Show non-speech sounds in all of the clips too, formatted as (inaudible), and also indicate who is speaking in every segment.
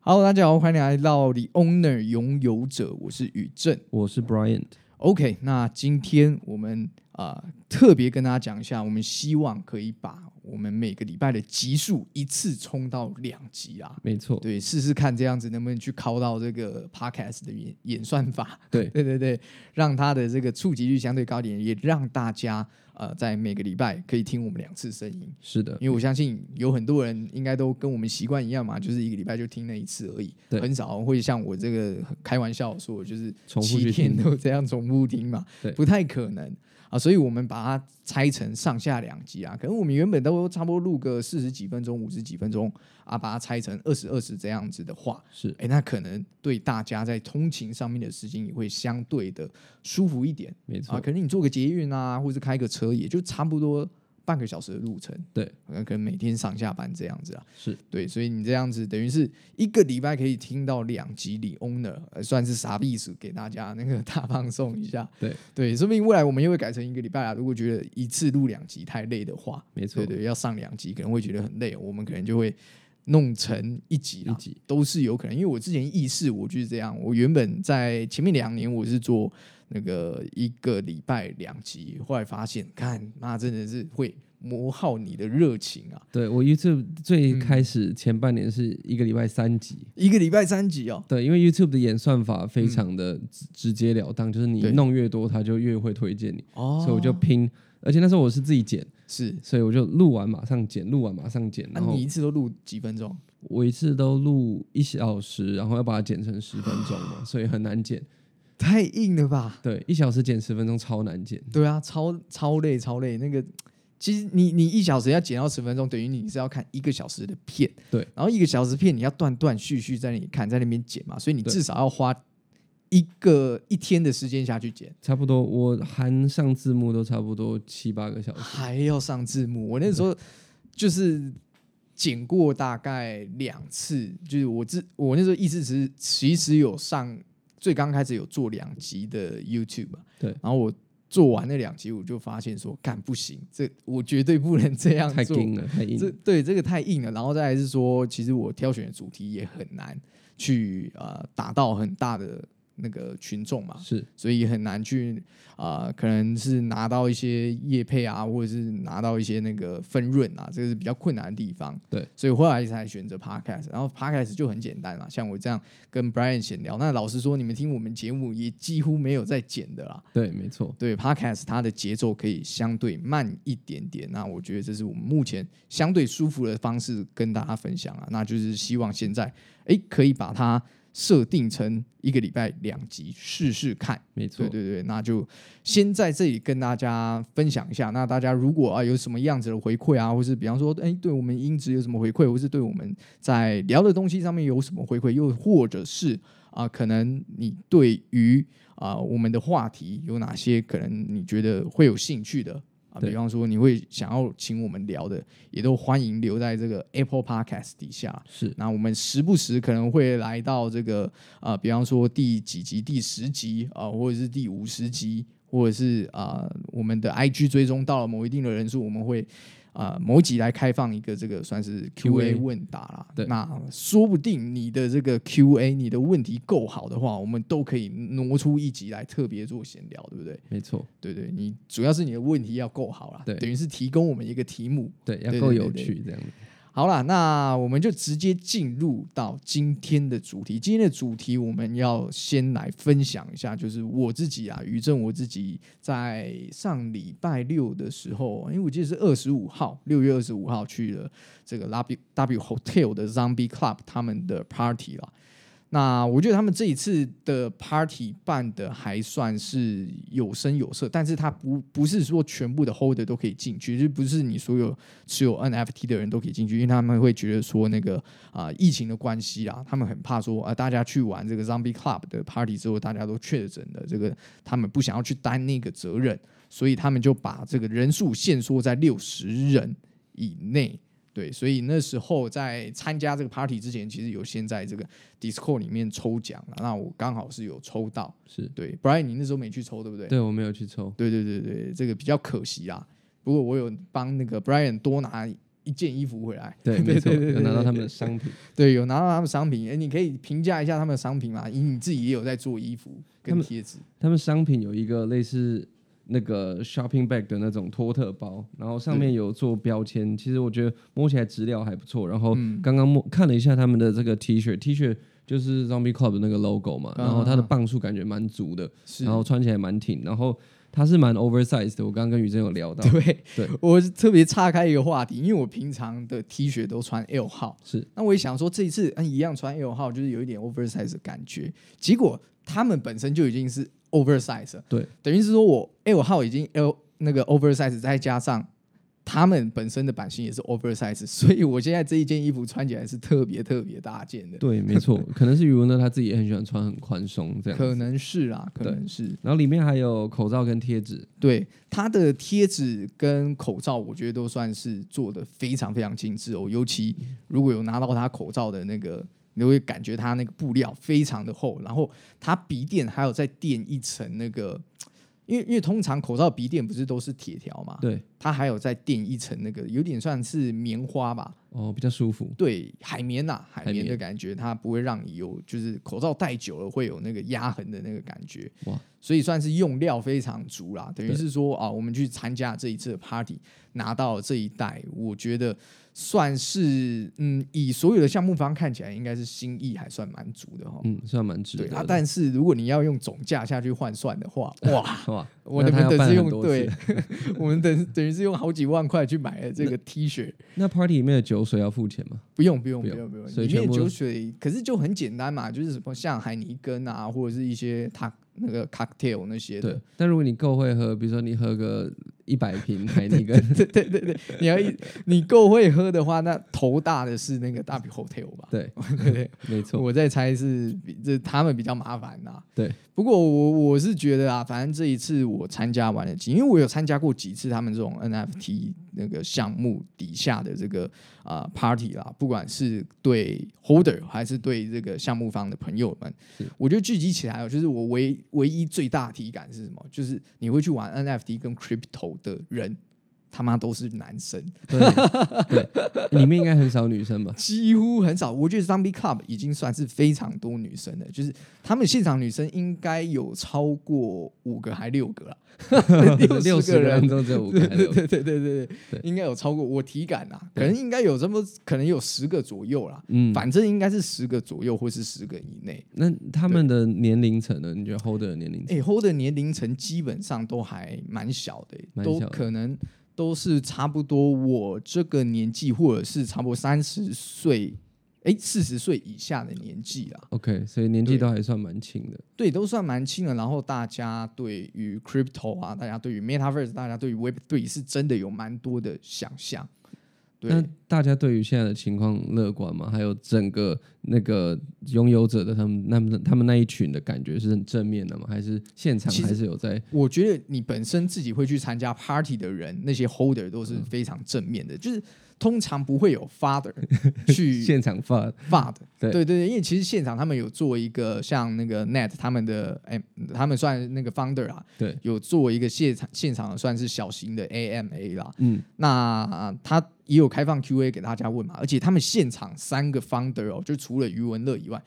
Speaker 1: Hello，大家好，欢迎来到 The Owner 拥有者，我是宇正。
Speaker 2: 我是 Brian，
Speaker 1: OK，那今天我们啊、呃特别跟大家讲一下，我们希望可以把我们每个礼拜的集数一次冲到两集啊。
Speaker 2: 没错，
Speaker 1: 对，试试看这样子能不能去考到这个 podcast 的演演算法。 (laughs)
Speaker 2: 对
Speaker 1: 对对对，让它的这个触及率相对高一点，也让大家呃在每个礼拜可以听我们两次声音。
Speaker 2: 是的，
Speaker 1: 因为我相信有很多人应该都跟我们习惯一样嘛，就是一个礼拜就听那一次而已，
Speaker 2: 对
Speaker 1: 很少会像我这个开玩笑说，就是
Speaker 2: 重复
Speaker 1: 七
Speaker 2: 去
Speaker 1: 天
Speaker 2: 听
Speaker 1: 都这样重复听嘛
Speaker 2: 对，
Speaker 1: 不太可能啊，所以我们把它拆成上下两集啊，可能我们原本都差不多录个四十几分钟、五十几分钟啊，把它拆成二十二十这样子的话，
Speaker 2: 是
Speaker 1: 哎，那可能对大家在通勤上面的时间也会相对的舒服一点
Speaker 2: 没
Speaker 1: 啊，
Speaker 2: 错，
Speaker 1: 可能你坐个捷运啊，或是开个车，也就差不多半个小时的路程。
Speaker 2: 对，
Speaker 1: 呃可能每天上下班这样子啊，
Speaker 2: 是
Speaker 1: 对，所以你这样子等于是一个礼拜可以听到两集李 owner，、呃、算是啥意思？给大家那个 (laughs) 大放送一下。
Speaker 2: 对
Speaker 1: 对，说不定未来我们又会改成一个礼拜啊。如果觉得一次录两集太累的话，
Speaker 2: 没错
Speaker 1: 对，对，要上两集可能会觉得很累，我们可能就会弄成一集啦
Speaker 2: 一集
Speaker 1: 都是有可能。因为我之前意识我就是这样，我原本在前面两年我是做那个一个礼拜两集，后来发现，看那真的是会磨耗你的热情啊。
Speaker 2: 对我 YouTube
Speaker 1: 嗯
Speaker 2: 最开始前半年是一个礼拜三集，
Speaker 1: 一个礼拜三集哦，
Speaker 2: 对，因为 YouTube 的演算法非常的直直截了当，就是你
Speaker 1: 嗯对
Speaker 2: 弄越多，它就越会推荐你，
Speaker 1: 哦
Speaker 2: 所以我就拼，而且那时候我是自己剪，
Speaker 1: 是，
Speaker 2: 所以我就录完马上剪，录完马上剪，
Speaker 1: 那、
Speaker 2: 然后
Speaker 1: 啊你一次都录几分钟？
Speaker 2: 我一次都录一小时，然后要把它剪成十分钟
Speaker 1: 哦
Speaker 2: 嘛，所以很难剪，
Speaker 1: 太硬了吧？
Speaker 2: 对，一小时剪十分钟超难剪，
Speaker 1: 对啊，超超累，超累。那个其实你你一小时要剪到十分钟，等于你是要看一个小时的片，
Speaker 2: 对，
Speaker 1: 然后一个小时片你要断断续续在那里看，在那边剪嘛，所以你
Speaker 2: 对
Speaker 1: 至少要花一个一天的时间下去剪。
Speaker 2: 差不多我含上字幕都差不多七八个小时。
Speaker 1: 还要上字幕。我那时候就是剪过大概两次，就是我自我那时候意思是其实有上最刚开始有做两集的 YouTube，嘛
Speaker 2: 对
Speaker 1: 然后我做完那两集，我就发现说干不行，这我绝对不能这样
Speaker 2: 太
Speaker 1: 做，
Speaker 2: 硬了，太硬
Speaker 1: 这
Speaker 2: 了。
Speaker 1: 对这个太硬了，然后再来是说，其实我挑选的主题也很难去呃达到很大的那个群众嘛，
Speaker 2: 是
Speaker 1: 所以很难去啊、呃可能是拿到一些业配啊，或者是拿到一些那个分润啊，这个是比较困难的地方。
Speaker 2: 对，
Speaker 1: 所以后来才选择 podcast，然后 podcast 就很简单啦，像我这样跟 Brian 闲聊，那老实说，你们听我们节目也几乎没有在剪的啦。
Speaker 2: 对，没错，
Speaker 1: 对 podcast，它的节奏可以相对慢一点点，那我觉得这是我们目前相对舒服的方式跟大家分享啊，那就是希望现在诶可以把它设定成一个礼拜两集试试看。
Speaker 2: 没
Speaker 1: 对，
Speaker 2: 错
Speaker 1: 对对，那就先在这里跟大家分享一下。那大家如果啊有什么样子的回馈啊，或是比方说，哎，对我们音质有什么回馈，或是对我们在聊的东西上面有什么回馈，又或者是啊、可能你对于啊、我们的话题有哪些可能你觉得会有兴趣的啊，
Speaker 2: 对
Speaker 1: 比方说你会想要请我们聊的，也都欢迎留在这个 Apple Podcast 底下。
Speaker 2: 是
Speaker 1: 那我们时不时可能会来到这个呃，比方说第几集、第十集啊、呃或者是第五十集，或者是啊、呃我们的 IG 追踪到了某一定的人数，我们会啊、呃某一集来开放一个这个算是
Speaker 2: Q&A
Speaker 1: Q&A 问答啦。
Speaker 2: 对
Speaker 1: 那说不定你的这个 Q&A，你的问题够好的话，我们都可以挪出一集来特别做闲聊，对不对？
Speaker 2: 没错，
Speaker 1: 对对，你主要是你的问题要够好啦，
Speaker 2: 对
Speaker 1: 等于是提供我们一个题目，
Speaker 2: 对，要
Speaker 1: 对
Speaker 2: 够
Speaker 1: 对
Speaker 2: 有
Speaker 1: 对
Speaker 2: 趣这样子。
Speaker 1: 好啦，那我们就直接进入到今天的主题。今天的主题我们要先来分享一下，就是我自己啊，于正我自己在上礼拜六的时候，因为我记得是二十五号，六月二十五号去了这个 W W Hotel 的 Zombie Club 他们的 party 啦。那我觉得他们这一次的 party 办的还算是有声有色，但是它不不是说全部的 holder 都可以进去，就不是你所有持有 NFT 的人都可以进去，因为他们会觉得说那个啊、疫情的关系啊，他们很怕说啊、大家去玩这个 Zombie Club 的 party 之后，大家都确诊了，这个他们不想要去担那个责任，所以他们就把这个人数限缩在六十人以内。对，所以那时候在参加这个 party 之前，其实有先在这个 Discord 里面抽奖了。那我刚好是有抽到，
Speaker 2: 是
Speaker 1: 对，Brian，你那时候没去抽，对不对？
Speaker 2: 对，我没有去抽，
Speaker 1: 啊对对对对，这个比较可惜啦。不过我有帮那个 Brian 多拿一件衣服回来。
Speaker 2: 对，
Speaker 1: 对
Speaker 2: 没错，
Speaker 1: 对对
Speaker 2: 要拿到
Speaker 1: 对
Speaker 2: 他们的商品。
Speaker 1: 对，有拿到他们商品，哎、你可以评价一下他们的商品嘛？以你自己也有在做衣服
Speaker 2: 他
Speaker 1: 跟
Speaker 2: 们
Speaker 1: 贴纸，
Speaker 2: 他们商品有一个类似那个 shopping bag 的那种托特包，然后上面有做标签。其实我觉得摸起来质量还不错。然后
Speaker 1: 嗯
Speaker 2: 刚刚摸看了一下他们的这个 T 恤，T 恤就是 Zombie Club 的那个 logo 嘛，
Speaker 1: 啊
Speaker 2: 然后它的磅数感觉蛮足的，
Speaker 1: 是
Speaker 2: 然后穿起来蛮挺，然后它是蛮 oversize 的。我刚刚跟雨珍有聊到，
Speaker 1: 对，
Speaker 2: 啊对
Speaker 1: 我特别岔开一个话题，因为我平常的 T 恤都穿 L 号，
Speaker 2: 是
Speaker 1: 那我也想说这一次嗯一样穿 L 号，就是有一点 oversize 的感觉。结果他们本身就已经是 oversize，了
Speaker 2: 对，
Speaker 1: 等于是说我 L 号已经 L 那个 oversize，再加上他们本身的版型也是 oversize，所以我现在这一件衣服穿起来是特别特别大件的，
Speaker 2: 对，没错，可能是宇文呢他自己也很喜欢穿很宽松这样
Speaker 1: 可
Speaker 2: 子。
Speaker 1: 能是啊，可
Speaker 2: 对
Speaker 1: 能是。
Speaker 2: 然后里面还有口罩跟贴纸，
Speaker 1: 对它的贴纸跟口罩，我觉得都算是做的非常非常精致哦。尤其如果有拿到它口罩的那个，你会感觉它那个布料非常的厚，然后它鼻垫还有再垫一层那个，因为因为通常口罩鼻垫不是都是铁条嘛，
Speaker 2: 对，
Speaker 1: 它还有再垫一层那个，有点算是棉花吧，
Speaker 2: 哦，比较舒服。
Speaker 1: 对海绵呐、海
Speaker 2: 海
Speaker 1: 绵
Speaker 2: 绵
Speaker 1: 的感觉，它不会让你有就是口罩戴久了会有那个压痕的那个感觉。
Speaker 2: 哇，
Speaker 1: 所以算是用料非常足啦。等于
Speaker 2: 对
Speaker 1: 是说啊，我们去参加这一次的 party，拿到这一袋，我觉得算是嗯，以所有的项目方看起来，应该是心意还算蛮足的哈。
Speaker 2: 嗯，算蛮值
Speaker 1: 哦对
Speaker 2: 得
Speaker 1: 啊，
Speaker 2: 的。
Speaker 1: 但是如果你要用总价下去换算的话，哇，
Speaker 2: 哇，
Speaker 1: 我
Speaker 2: (laughs) 那
Speaker 1: 们
Speaker 2: 他要
Speaker 1: 等
Speaker 2: 办
Speaker 1: 是
Speaker 2: 很
Speaker 1: 用
Speaker 2: 多次
Speaker 1: 对， (laughs) 我们等等于是用好几万块去买了这个 T 恤，
Speaker 2: 那 party 里面的酒水要付钱吗？
Speaker 1: 不用不用不
Speaker 2: 不用
Speaker 1: 用不用，
Speaker 2: 所以
Speaker 1: 里面
Speaker 2: 全部
Speaker 1: 酒水可是就很简单嘛，就是什么像海尼根啊，或者是一些它那个 cocktail 那些的
Speaker 2: 对，，但如果你够会喝，比如说你喝个一百瓶海尼根，
Speaker 1: (laughs) 对对对对，你要一你够会喝的话，那头大的是那个大比 hotel 吧？
Speaker 2: 对，
Speaker 1: 对对，
Speaker 2: 没错，
Speaker 1: 我在猜是比这他们比较麻烦呐、
Speaker 2: 对，
Speaker 1: 不过我我是觉得啊，反正这一次我参加完了几，因为我有参加过几次他们这种 NFT 那个项目底下的这个啊、party 啦，不管是对 holder 还是对这个项目方的朋友们
Speaker 2: 是，
Speaker 1: 我觉得聚集起来哦，就是我唯唯一最大的体感是什么？就是你会去玩 NFT 跟 crypto 的人，他妈都是男生。
Speaker 2: 对，对，里面应该很少女生吧？
Speaker 1: 几乎很少。我觉得 Zombie Club 已经算是非常多女生了，就是他们现场女生应该有超过五个还六个了，
Speaker 2: 六
Speaker 1: 十
Speaker 2: 十
Speaker 1: 个
Speaker 2: 个
Speaker 1: 人
Speaker 2: 人中只有五个还
Speaker 1: (laughs) 对
Speaker 2: 六个，
Speaker 1: 对对对对
Speaker 2: 对，
Speaker 1: 应该有超过我体感啦，可
Speaker 2: 对
Speaker 1: 能应该有这么可能有十个左右啦，
Speaker 2: 嗯，
Speaker 1: 反正应该是十个左右或是十个以内。
Speaker 2: 那他们的年龄层呢？你觉得 hold 的年龄层？
Speaker 1: 哎、h o l d 的年龄层基本上都还蛮小的、
Speaker 2: 蛮
Speaker 1: 都
Speaker 2: 小的
Speaker 1: 可能都是差不多我这个年纪，或者是差不多三十岁，哎、四十岁以下的年纪啦。
Speaker 2: OK，所以年纪
Speaker 1: 对
Speaker 2: 都还算蛮轻的，
Speaker 1: 对，都算蛮轻的。然后大家对于 crypto 啊，大家对于 metaverse，大家对于 Web 对是真的有蛮多的想象。对，
Speaker 2: 那大家对于现在的情况乐观吗？还有整个那个拥有者的他们、他们、他们那一群的感觉是很正面的吗？还是现场
Speaker 1: 其实
Speaker 2: 还是有在
Speaker 1: 我觉得你本身自己会去参加 party 的人，那
Speaker 2: 嗯
Speaker 1: 些 holder 都是非常正面的，就是通常不会有 father 去
Speaker 2: (laughs) 现场发？
Speaker 1: 发的。
Speaker 2: 对
Speaker 1: 对对，因为其实现场他们有做一个像那个 Net 他们的，哎，他们算那个 founder 啊，
Speaker 2: 对，
Speaker 1: 有做一个现场现场算是小型的 AMA 啦。
Speaker 2: 嗯，
Speaker 1: 那他也有开放 Q&A 给大家问嘛，而且他们现场三个 founder 哦，就除了余文乐以外，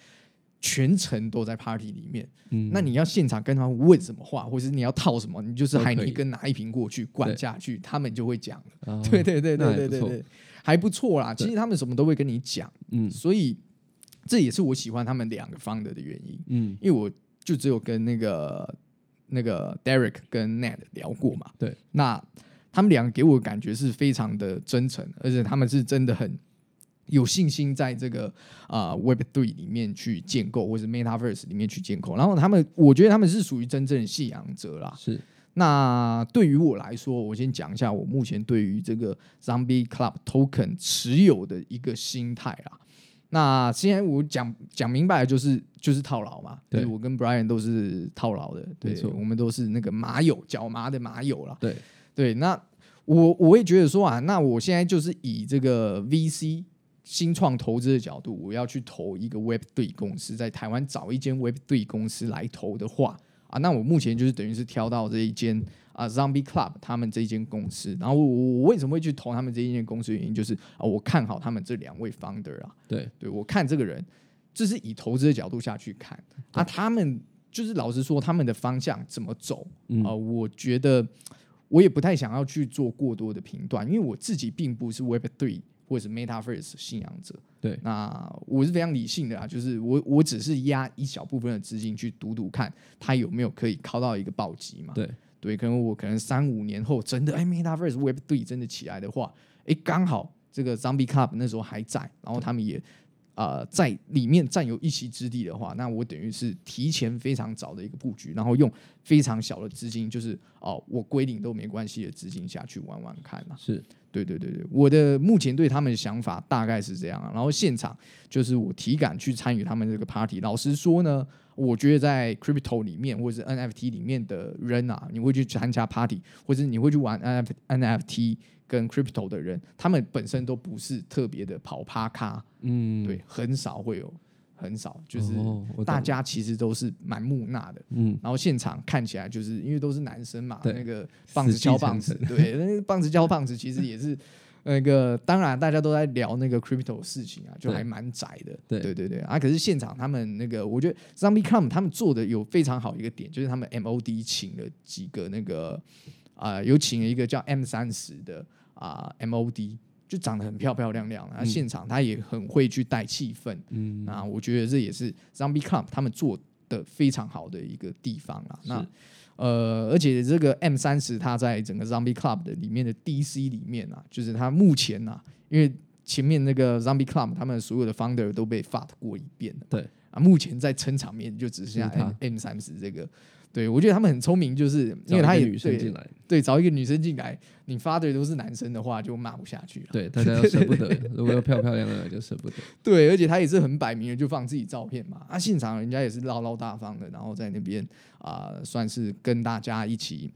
Speaker 1: 全程都在 party 里面。
Speaker 2: 嗯
Speaker 1: 那你要现场跟他们问什么话，或是你要套什么，你就是
Speaker 2: 都可
Speaker 1: 海
Speaker 2: 以
Speaker 1: 尼根拿一瓶过去灌下去，他们就会讲了。
Speaker 2: 啊
Speaker 1: (laughs) 对对对
Speaker 2: 那
Speaker 1: 对
Speaker 2: 还
Speaker 1: 对
Speaker 2: 不
Speaker 1: 对
Speaker 2: 错
Speaker 1: 对，还不错啦。其实他们什么都会跟你讲， (laughs)
Speaker 2: 嗯
Speaker 1: 所以这也是我喜欢他们两个 founder 的原因，
Speaker 2: 嗯。
Speaker 1: 因为我就只有跟那个那个 Derek 跟 Ned 聊过嘛。
Speaker 2: 对，
Speaker 1: 那他们两个给我的感觉是非常的真诚，而且他们是真的很有信心在这个啊、Web Three 里面去建构，或是 Metaverse 里面去建构。然后他们，我觉得他们是属于真正的信仰者啦。
Speaker 2: 是
Speaker 1: 那对于我来说，我先讲一下我目前对于这个 Zombie Club Token 持有的一个心态啦。那现在我讲讲明白，就是就是套牢嘛，
Speaker 2: 对
Speaker 1: 就是我跟 Brian 都是套牢的，对
Speaker 2: 没错
Speaker 1: 我们都是那个麻友，脚麻的麻友啦。
Speaker 2: 对，
Speaker 1: 对，那我我也觉得说啊，那我现在就是以这个 VC 新创投资的角度，我要去投一个 Web 对公司，在台湾找一间 Web 对公司来投的话，啊。那我目前就是等于是挑到这一间啊 Zombie Club 他们这一间公司，然后我我我为什么会去投他们这一间公司，原因就是啊我看好他们这两位 founder 啊，
Speaker 2: 对，
Speaker 1: 对我看这个人，这是以投资的角度下去看啊，他们就是老实说，他们的方向怎么走
Speaker 2: 嗯
Speaker 1: 啊、我觉得我也不太想要去做过多的评断，因为我自己并不是 Web Three 或者是 MetaVerse 信仰者。
Speaker 2: 对
Speaker 1: 那我是非常理性的啊，就是我我只是压一小部分的资金去赌赌看，它有没有可以靠到一个暴击嘛？
Speaker 2: 对
Speaker 1: 对，可能我可能三五年后真的哎，MetaVerse Web 3真的起来的话，哎，刚好这个 Zombie Club 那时候还在，然后他们也呃在里面占有一席之地的话，那我等于是提前非常早的一个布局，然后用非常小的资金，就是哦、我归零都没关系的资金下去玩玩看啊。
Speaker 2: 是，
Speaker 1: 对对对对，我的目前对他们的想法大概是这样、啊。然后现场就是我体感去参与他们这个 party。老实说呢，我觉得在 crypto 里面或者是 NFT 里面的人啊，你会去参加 party，或者你会去玩 NF NFT 跟 crypto 的人，他们本身都不是特别的跑趴咖，
Speaker 2: 嗯，
Speaker 1: 对，很少会有，很少，就是
Speaker 2: 哦我懂
Speaker 1: 大家其实都是蛮木讷的。
Speaker 2: 嗯，
Speaker 1: 然后现场看起来就是因为都是男生嘛，
Speaker 2: 对
Speaker 1: 那个棒子敲棒子
Speaker 2: 死，
Speaker 1: 对，那个棒子敲棒子其实也是那个，当然大家都在聊那个 crypto 的事情啊，就
Speaker 2: 对
Speaker 1: 还蛮窄的，
Speaker 2: 对
Speaker 1: 对对对啊。可是现场他们那个，我觉得 Zombie Com 他们做的有非常好一个点，就是他们 MOD 请了几个那个啊、有请了一个叫 M 三十的啊、MOD。就长得很漂漂亮亮，啊，现场他也很会去带气氛，
Speaker 2: 嗯，
Speaker 1: 那我觉得这也是 Zombie Club 他们做的非常好的一个地方啦。
Speaker 2: 是
Speaker 1: 那呃，而且这个 M 三十它在整个 Zombie Club 的里面的 DC 里面啊，就是它目前啊，因为前面那个 Zombie Club 他们所有的 founder 都被 fat 过一遍了，
Speaker 2: 对
Speaker 1: 啊，目前在撑场面就只剩下
Speaker 2: 是它
Speaker 1: M 三十这个。对，我觉得他们很聪明，就是因为
Speaker 2: 找
Speaker 1: 他
Speaker 2: 一
Speaker 1: 也
Speaker 2: 个女生进
Speaker 1: 对
Speaker 2: 来，
Speaker 1: 对找一个女生进来，你 father 都是男生的话就骂不下去了。
Speaker 2: 对，大家要舍不得，如果要漂漂亮亮的就舍
Speaker 1: (laughs)
Speaker 2: 不得，
Speaker 1: 对，而且他也是很摆明的就放自己照片嘛，啊，现场人家也是唠唠大方的，然后在那边啊、算是跟大家一起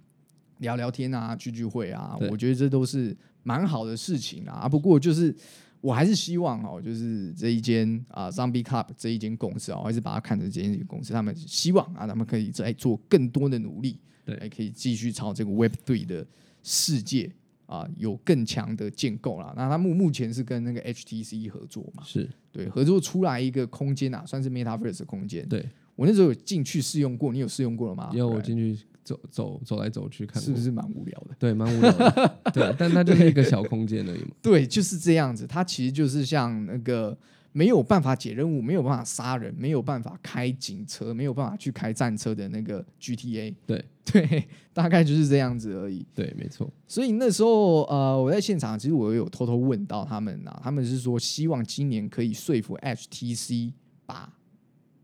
Speaker 1: 聊聊天啊，聚聚会啊，
Speaker 2: 对
Speaker 1: 我觉得这都是蛮好的事情啊。啊不过就是我还是希望哦，就是这一间啊、Zombie Club 这一间公司哦，我还是把它看成这一间公司，他们希望啊，他们可以再做更多的努力，
Speaker 2: 对
Speaker 1: 还可以继续朝这个 Web 对的世界。啊，有更强的建构啦。那他目目前是跟那个 HTC 合作嘛？
Speaker 2: 是
Speaker 1: 对，合作出来一个空间啊，算是 MetaVerse 的空间。
Speaker 2: 对，
Speaker 1: 我那时候有进去试用过，你有试用过了吗？
Speaker 2: 因为我
Speaker 1: Brad？
Speaker 2: 进去走走走来走去看
Speaker 1: 是
Speaker 2: 过
Speaker 1: 不，是蛮无聊的？
Speaker 2: 对，蛮无聊的，对，但它就是一个小空间而已嘛，
Speaker 1: 对，就是这样子。它其实就是像那个没有办法解任务、没有办法杀人、没有办法开警车、没有办法去开战车的那个 GTA。
Speaker 2: 对
Speaker 1: (laughs) 对，大概就是这样子而已。
Speaker 2: 对，没错，
Speaker 1: 所以那时候，呃，我在现场，其实我有偷偷问到他们啊，他们是说希望今年可以说服 HTC 把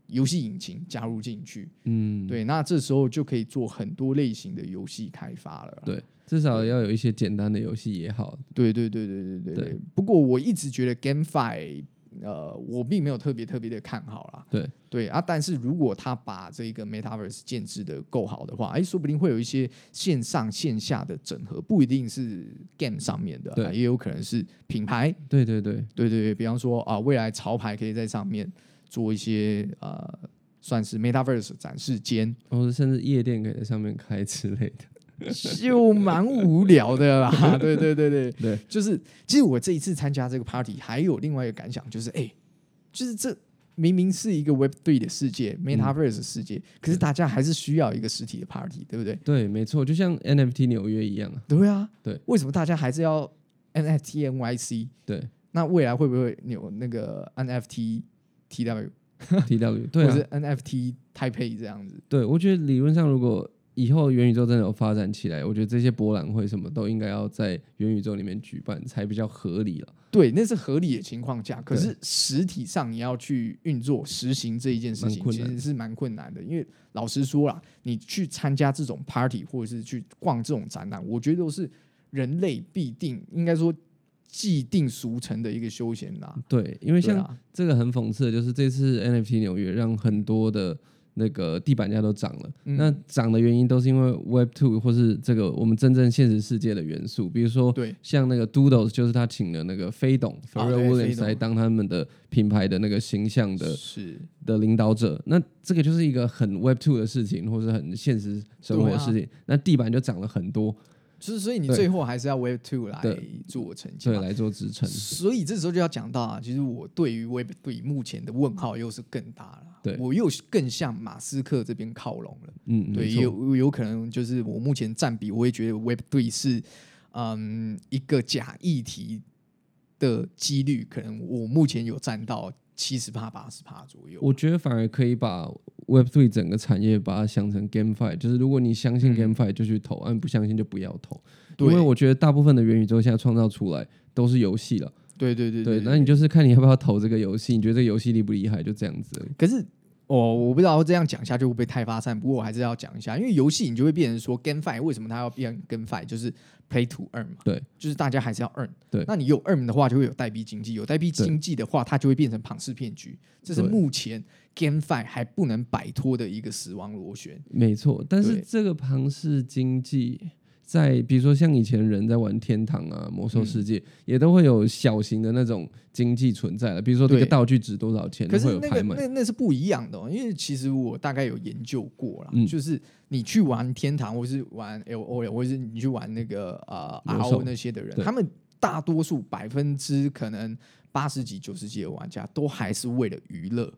Speaker 1: 游戏引擎加入进去。
Speaker 2: 嗯，
Speaker 1: 对，那这时候就可以做很多类型的游戏开发了啦。
Speaker 2: 对，啊至少要有一些简单的游戏也好，
Speaker 1: 对对对对对对
Speaker 2: 对
Speaker 1: 对。不过我一直觉得 GameFi，呃，我并没有特别特别的看好啦。
Speaker 2: 对
Speaker 1: 对啊，但是如果他把这个 Metaverse 建制的够好的话，哎，说不定会有一些线上线下的整合，不一定是 Game 上面的，
Speaker 2: 对
Speaker 1: 啊也有可能是品牌。
Speaker 2: 对对对，
Speaker 1: 对对对，比方说啊，未来潮牌可以在上面做一些呃，算是 Metaverse 展示间。
Speaker 2: 或者甚至夜店可以在上面开之类的，
Speaker 1: 就蛮无聊的
Speaker 2: (laughs)
Speaker 1: 啦。对对对对，
Speaker 2: 对，
Speaker 1: 就是其实我这一次参加这个 party 还有另外一个感想，就是哎、就是这明明是一个 Web 3的世界，Metaverse
Speaker 2: 嗯
Speaker 1: 世界，可是大家还是需要一个实体的 party，对不对？
Speaker 2: (laughs) 对，没错，就像 NFT 纽约一样啊，
Speaker 1: 对啊，
Speaker 2: 对，
Speaker 1: 为什么大家还是要 NFT NYC？
Speaker 2: (laughs) 对
Speaker 1: 那未来会不会有那个 NFT TW、
Speaker 2: (laughs) ，TW，对
Speaker 1: 或
Speaker 2: 啊
Speaker 1: 者是，NFT Taipei 这样子？
Speaker 2: 对，我觉得理论上，如果以后元宇宙真的有发展起来，我觉得这些博览会什么都应该要在元宇宙里面举办，才比较合理了。
Speaker 1: 对，那是合理的情况下，可
Speaker 2: 对
Speaker 1: 是实体上你要去运作、实行这一件事
Speaker 2: 蛮
Speaker 1: 情，
Speaker 2: 困
Speaker 1: 其
Speaker 2: 难
Speaker 1: 实是蛮困难的。因为老实说啦，你去参加这种 party 或者是去逛这种展览，我觉得都是人类必定，应该说既定俗成的一个休闲啦。
Speaker 2: 对，因为
Speaker 1: 对
Speaker 2: 像
Speaker 1: 啊，
Speaker 2: 这个很讽刺的就是这次 NFT 纽约让很多的那个地板价都涨了。
Speaker 1: 嗯
Speaker 2: 那涨的原因都是因为 Web Two 或是这个我们真正现实世界的元素，比如说
Speaker 1: 对
Speaker 2: 像那个 Doodles，就是他请了那个飞董 f
Speaker 1: 啊
Speaker 2: e r r e
Speaker 1: 对
Speaker 2: l Williams
Speaker 1: 飞董
Speaker 2: 来当他们的品牌的那个形象的
Speaker 1: 是
Speaker 2: 的领导者，那这个就是一个很 Web Two 的事情，或是很现实生活的事
Speaker 1: 啊
Speaker 2: 情。那地板就涨了很多，
Speaker 1: 就是所以你
Speaker 2: 对
Speaker 1: 最后还是要 Web Two 来
Speaker 2: 对
Speaker 1: 做成绩
Speaker 2: 对，
Speaker 1: 嘛。
Speaker 2: 来做支撑。
Speaker 1: 所以这时候就要讲到啊，其实我对于 Web 对目前的问号又是更大了，
Speaker 2: 对
Speaker 1: 我又更向马斯克这边靠拢了。
Speaker 2: 嗯，
Speaker 1: 对，
Speaker 2: 没
Speaker 1: 也
Speaker 2: 错
Speaker 1: 有有可能就是我目前占比，我也觉得 Web 对是嗯一个假议题的几率，可能我目前有占到七十帕八十帕左右。
Speaker 2: 我觉得反而可以把 Web Three 整个产业把它想成 GameFi，就是如果你相信 GameFi 就去投，按、不相信就不要投，因
Speaker 1: 嗯对
Speaker 2: 为我觉得大部分的元宇宙现在创造出来都是游戏了，
Speaker 1: 对对对
Speaker 2: 对，那你就是看你要不要投这个游戏，你觉得这个游戏厉不厉害，就这样子而已。
Speaker 1: 可是哦，我不知道这样讲下去会不会太发散，不过我还是要讲一下，因为游戏你就会变成说 GameFi，为什么它要变 GameFi？就是 Play to Earn 嘛，
Speaker 2: 对，
Speaker 1: 就是大家还是要 Earn。
Speaker 2: 对
Speaker 1: 那你有 Earn 的话，就会有代币经济，有代币经济的话，它就会变成庞氏骗局，这是
Speaker 2: 对
Speaker 1: 目前 GameFi 还不能摆脱的一个死亡螺旋。
Speaker 2: 没错，但是
Speaker 1: 对
Speaker 2: 这个庞氏经济在，比如说像以前人在玩天堂啊、魔兽世界，
Speaker 1: 嗯
Speaker 2: 也都会有小型的那种经济存在了。比如说这个
Speaker 1: 对
Speaker 2: 道具值多少钱，
Speaker 1: 可是
Speaker 2: 会有
Speaker 1: 那
Speaker 2: 拍
Speaker 1: 个
Speaker 2: 卖。
Speaker 1: 那那是不一样的、哦，因为其实我大概有研究过啦，
Speaker 2: 嗯
Speaker 1: 就是你去玩天堂，或是玩 L O L，或是你去玩那个呃 R
Speaker 2: 魔
Speaker 1: O
Speaker 2: 兽
Speaker 1: 那些的人，
Speaker 2: 对
Speaker 1: 他们大多数百分之可能八十几、九十几的玩家，都还是为了娱乐。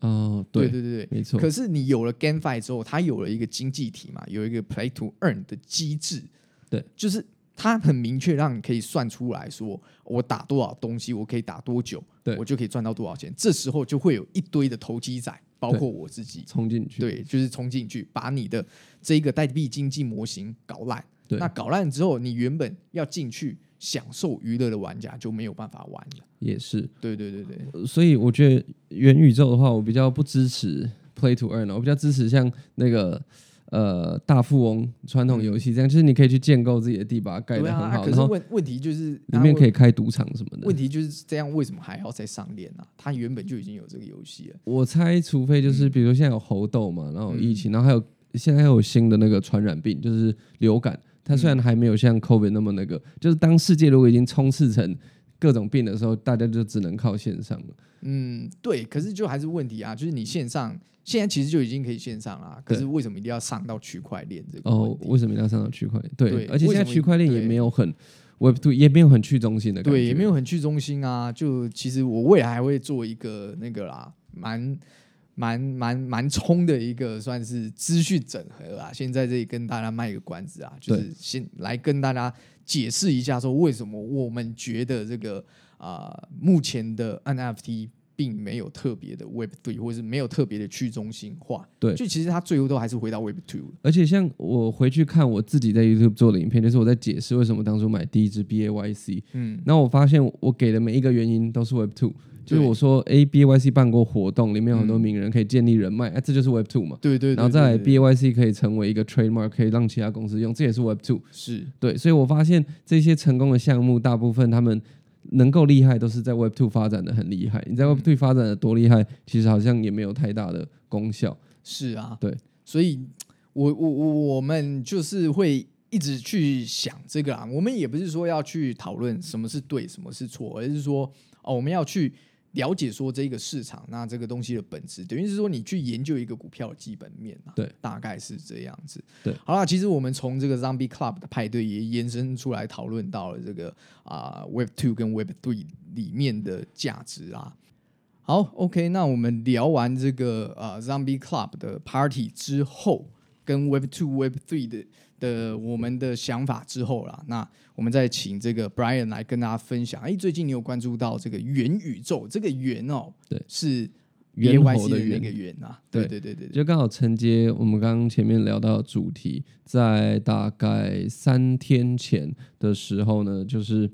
Speaker 2: 哦，
Speaker 1: 对
Speaker 2: 对，
Speaker 1: 对对对。
Speaker 2: 没错，
Speaker 1: 可是你有了 GameFi 之后，它有了一个经济体嘛，有一个 Play to Earn 的机制，
Speaker 2: 对，
Speaker 1: 就是它很明确让你可以算出来说，我打多少东西，我可以打多久，
Speaker 2: 对
Speaker 1: 我就可以赚到多少钱。这时候就会有一堆的投机仔，包括我自己，
Speaker 2: 冲进去。
Speaker 1: 对，就是冲进去把你的这个代币经济模型搞烂。
Speaker 2: 对
Speaker 1: 那搞烂之后，你原本要进去享受娱乐的玩家就没有办法玩了。
Speaker 2: 也是。
Speaker 1: 对对对对，
Speaker 2: 呃所以我觉得元宇宙的话，我比较不支持 Play to Earn，我比较支持像那个。呃，大富翁传统游戏这样，就是你可以去建构自己的地，把它盖
Speaker 1: 嗯对
Speaker 2: 得很
Speaker 1: 啊。
Speaker 2: 好，
Speaker 1: 可
Speaker 2: 然
Speaker 1: 是
Speaker 2: 后
Speaker 1: 问问题就是
Speaker 2: 里面
Speaker 1: 啊
Speaker 2: 可以开赌场什么的。
Speaker 1: 问题就是这样，为什么还要再上链呢、啊？它原本就已经有这个游戏了。
Speaker 2: 我猜，除非就是
Speaker 1: 嗯
Speaker 2: 比如说现在有猴痘嘛，然后有疫情，然后还有现在还有新的那个传染病，就是流感。它虽然还没有像 COVID 那么那
Speaker 1: 嗯
Speaker 2: 个，就是当世界如果已经充斥成各种病的时候，大家就只能靠线上了。
Speaker 1: 嗯，对。可是就还是问题啊，就是你线上现在其实就已经可以线上啦，可
Speaker 2: 对
Speaker 1: 是为什么一定要上到区块链这个
Speaker 2: 哦
Speaker 1: 问，题？
Speaker 2: 为什么一定要上到区块链？对，
Speaker 1: 对
Speaker 2: 而且现在
Speaker 1: 为什么
Speaker 2: 区块链也
Speaker 1: 对
Speaker 2: 没有很 Web Two，也没有很去中心的感觉，
Speaker 1: 对，也没有很去中心啊。就其实我未来还会做一个那个啦，蛮蛮蛮蛮冲的一个算是资讯整合啊。先在这里跟大家卖个关子啊，就
Speaker 2: 对
Speaker 1: 是先来跟大家解释一下，说为什么我们觉得这个啊、目前的 NFT 并没有特别的 Web Three，或是没有特别的去中心化。
Speaker 2: 对
Speaker 1: 就其实它最后都还是回到 Web Two。
Speaker 2: 而且像我回去看我自己在 YouTube 做的影片，就是我在解释为什么当初买第一支 BAYC，
Speaker 1: 嗯
Speaker 2: 嗯，那我发现我给的每一个原因都是 Web Two，就是
Speaker 1: 对
Speaker 2: 我说 A BAYC 办过活动，里面有很多名人可以建立人脉，哎、这就是 Web Two 嘛。
Speaker 1: 对嗯对对
Speaker 2: 然后再来
Speaker 1: 对对
Speaker 2: BAYC 可以成为一个 trademark，可以让其他公司用，这也是 Web Two。
Speaker 1: 是
Speaker 2: 对，所以我发现这些成功的项目，大部分他们能够厉害，都是在 Web Two 发展的很厉害。你在 Web Two 发展的多厉害，其实好像也没有太大的功效。
Speaker 1: 是啊，
Speaker 2: 对，
Speaker 1: 所以我我我我们就是会一直去想这个啊，我们也不是说要去讨论什么是对，什么是错，而是说哦，我们要去了解说这个市场，那这个东西的本质，等于是说你去研究一个股票的基本面啊，
Speaker 2: 对，
Speaker 1: 大概是这样子。
Speaker 2: 对，
Speaker 1: 好啦，其实我们从这个 Zombie Club 的派对也延伸出来讨论到了这个啊、Web Two 跟 Web Three 里面的价值啊。好，OK，那我们聊完这个呃 Zombie Club 的 Party 之后，跟 Web Two、Web Three 的的我们的想法之后啦，那我们再请这个 Brian 来跟大家分享。哎，最近你有关注到这个元宇宙？这个元哦，
Speaker 2: 对
Speaker 1: 是 B
Speaker 2: 猿
Speaker 1: A Y
Speaker 2: 猴
Speaker 1: C
Speaker 2: 的
Speaker 1: 那
Speaker 2: 猿
Speaker 1: 个元啊，对对
Speaker 2: 对
Speaker 1: 对对对，
Speaker 2: 就刚好承接我们刚刚前面聊到的主题，在大概三天前的时候呢，就是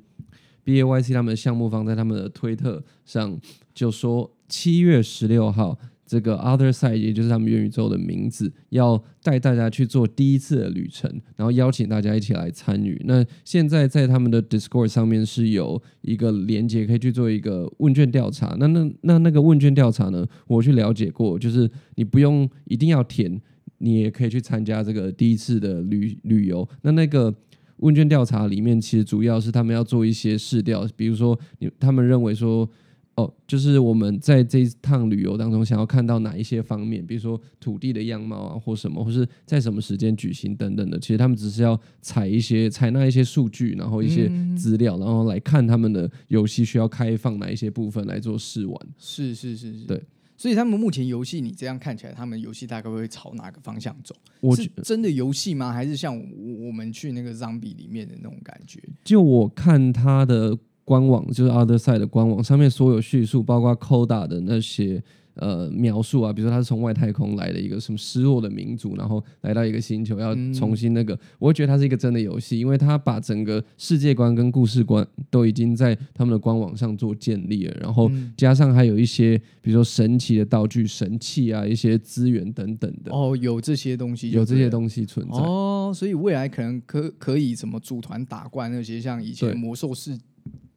Speaker 2: B A Y C 他们的项目方在他们的推特上就说，七月十六号这个 Other Side，也就是他们元宇宙的名字，要带大家去做第一次的旅程，然后邀请大家一起来参与。那现在在他们的 Discord 上面是有一个连接，可以去做一个问卷调查。那那那那个问卷调查呢，我去了解过，就是你不用一定要填，你也可以去参加这个第一次的旅旅游。那那个。问卷调查里面，其实主要是他们要做一些试调，比如说你他们认为说，哦，就是我们在这一趟旅游当中想要看到哪一些方面，比如说土地的样貌啊，或什么，或是在什么时间举行等等的。其实他们只是要采一些采纳一些数据，然后一些资料，然后来看他们的游戏需要开放哪一些部分来做试玩。
Speaker 1: 是是是是，
Speaker 2: 对。
Speaker 1: 所以他们目前游戏，你这样看起来，他们游戏大概会朝哪个方向走？
Speaker 2: 我
Speaker 1: 是
Speaker 2: 觉
Speaker 1: 真的游戏吗？还是像我我们去那个 Zombie 里面的那种感觉？
Speaker 2: 就我看他的官网，就是 Other Side 的官网上面所有叙述，包括 Coda 的那些呃描述啊，比如说他是从外太空来的一个什么失落的民族，然后来到一个星球要重新那个，我会觉得它是一个真的游戏，因为它把整个世界观跟故事观都已经在他们的官网上做建立了，然
Speaker 1: 嗯
Speaker 2: 后加上还有一些比如说神奇的道具、神器啊、一些资源等等的，
Speaker 1: 哦，有这些东西就对了，
Speaker 2: 有这些东西存在。
Speaker 1: 哦，所以未来可能可可以怎么组团打怪那些，像以前
Speaker 2: 对
Speaker 1: 魔兽世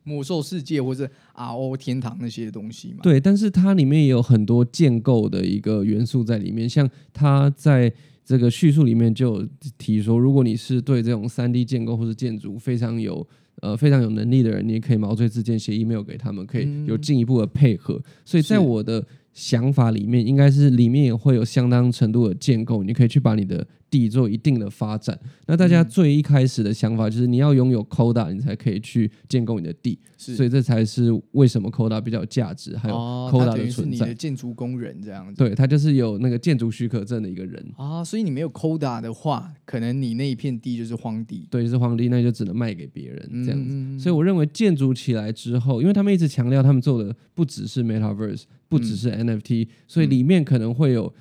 Speaker 1: 魔兽世界或者 RO 天堂那些东西嘛？
Speaker 2: 对，但是它里面也有很多建构的一个元素在里面，像它在这个叙述里面就有提说，如果你是对这种三 D 建构或是建筑非常有呃非常有能力的人，你也可以毛遂自荐写 email 给他们，可以有进一步的配合。所以
Speaker 1: 嗯
Speaker 2: 在
Speaker 1: 是
Speaker 2: 我的想法里面，应该是里面也会有相当程度的建构，你可以去把你的地做一定的发展。那大
Speaker 1: 嗯
Speaker 2: 家最一开始的想法就是你要拥有 Coda，你才可以去建构你的地。
Speaker 1: 是，
Speaker 2: 所
Speaker 1: 以
Speaker 2: 以这才是为什么 Coda 比较有价值，还有
Speaker 1: 哦，它
Speaker 2: Coda
Speaker 1: 等于是
Speaker 2: 存
Speaker 1: 你
Speaker 2: 在。
Speaker 1: 的建筑工人这样子。
Speaker 2: 对，他就是有那个建筑许可证的一个人。
Speaker 1: 啊，所以你没有 Coda 的话，可能你那一片地就是荒地。
Speaker 2: 对，是皇帝，那就只能卖给别人这样子。
Speaker 1: 嗯
Speaker 2: 所以我认为建筑起来之后，因为他们一直强调他们做的不只是 Metaverse，不只是
Speaker 1: 嗯
Speaker 2: NFT，、所以里面可能会有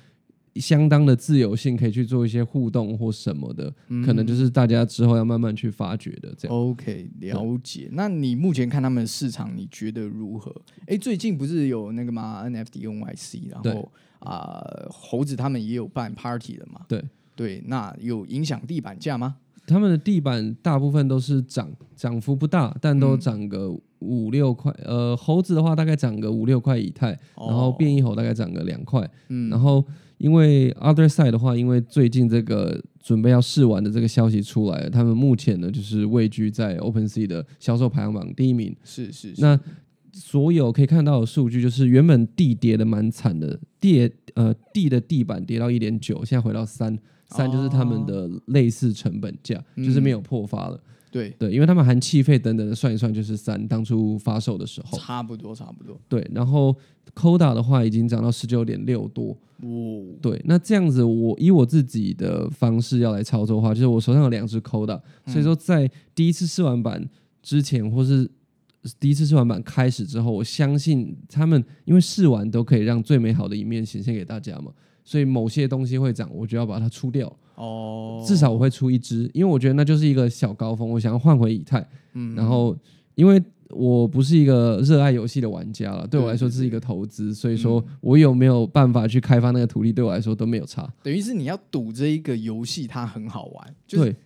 Speaker 2: 相当的自由性，可以去做一些互动或什么的，可
Speaker 1: 嗯
Speaker 2: 能就是大家之后要慢慢去发掘的这样。
Speaker 1: OK，了解。那你目前看他们的市场，你觉得如何？哎，最近不是有那个嘛 NFT NYC，然
Speaker 2: 对
Speaker 1: 后啊、猴子他们也有办 party 了嘛？
Speaker 2: 对
Speaker 1: 对，那有影响地板价吗？
Speaker 2: 他们的地板大部分都是涨，涨幅不大，但
Speaker 1: 嗯
Speaker 2: 都涨个五六块。呃，猴子的话大概涨个五六块以太，
Speaker 1: 哦
Speaker 2: 然后变异猴大概涨个两块。
Speaker 1: 嗯
Speaker 2: 然后因为 Other Side 的话，因为最近这个准备要试玩的这个消息出来了，他们目前呢就是位居在 OpenSea 的销售排行榜第一名。
Speaker 1: 是是是，
Speaker 2: 那所有可以看到的数据，就是原本地跌的蛮惨的，地呃地的地板跌到一点九，现在回到三，三就是他们的类似成本价，
Speaker 1: 哦嗯
Speaker 2: 就是没有破发了。
Speaker 1: 对，
Speaker 2: 对，因为他们含气费等等的算一算，就是三当初发售的时候。
Speaker 1: 差不多差不多。
Speaker 2: 对，然后 Coda 的话已经涨到十九点六多。
Speaker 1: 哦，
Speaker 2: 对，那这样子我以我自己的方式要来操作的话，就是我手上有两只 Coda，所以说在第一次试玩版之前，或是第一次试玩版开始之后，我相信他们因为试玩都可以让最美好的一面显现给大家嘛，所以某些东西会涨，我就要把它出掉，
Speaker 1: 哦，
Speaker 2: 至少我会出一只，因为我觉得那就是一个小高峰，我想要换回以太，
Speaker 1: 嗯
Speaker 2: 然后因为。我不是一个热爱游戏的玩家了，对我
Speaker 1: 对
Speaker 2: 来说
Speaker 1: 对嗯
Speaker 2: 这是一个投资，所以说我有没有办法去开发那个土地，对我来说都没有差。
Speaker 1: 等于是你要赌这一个游戏它很好玩，就是
Speaker 2: 对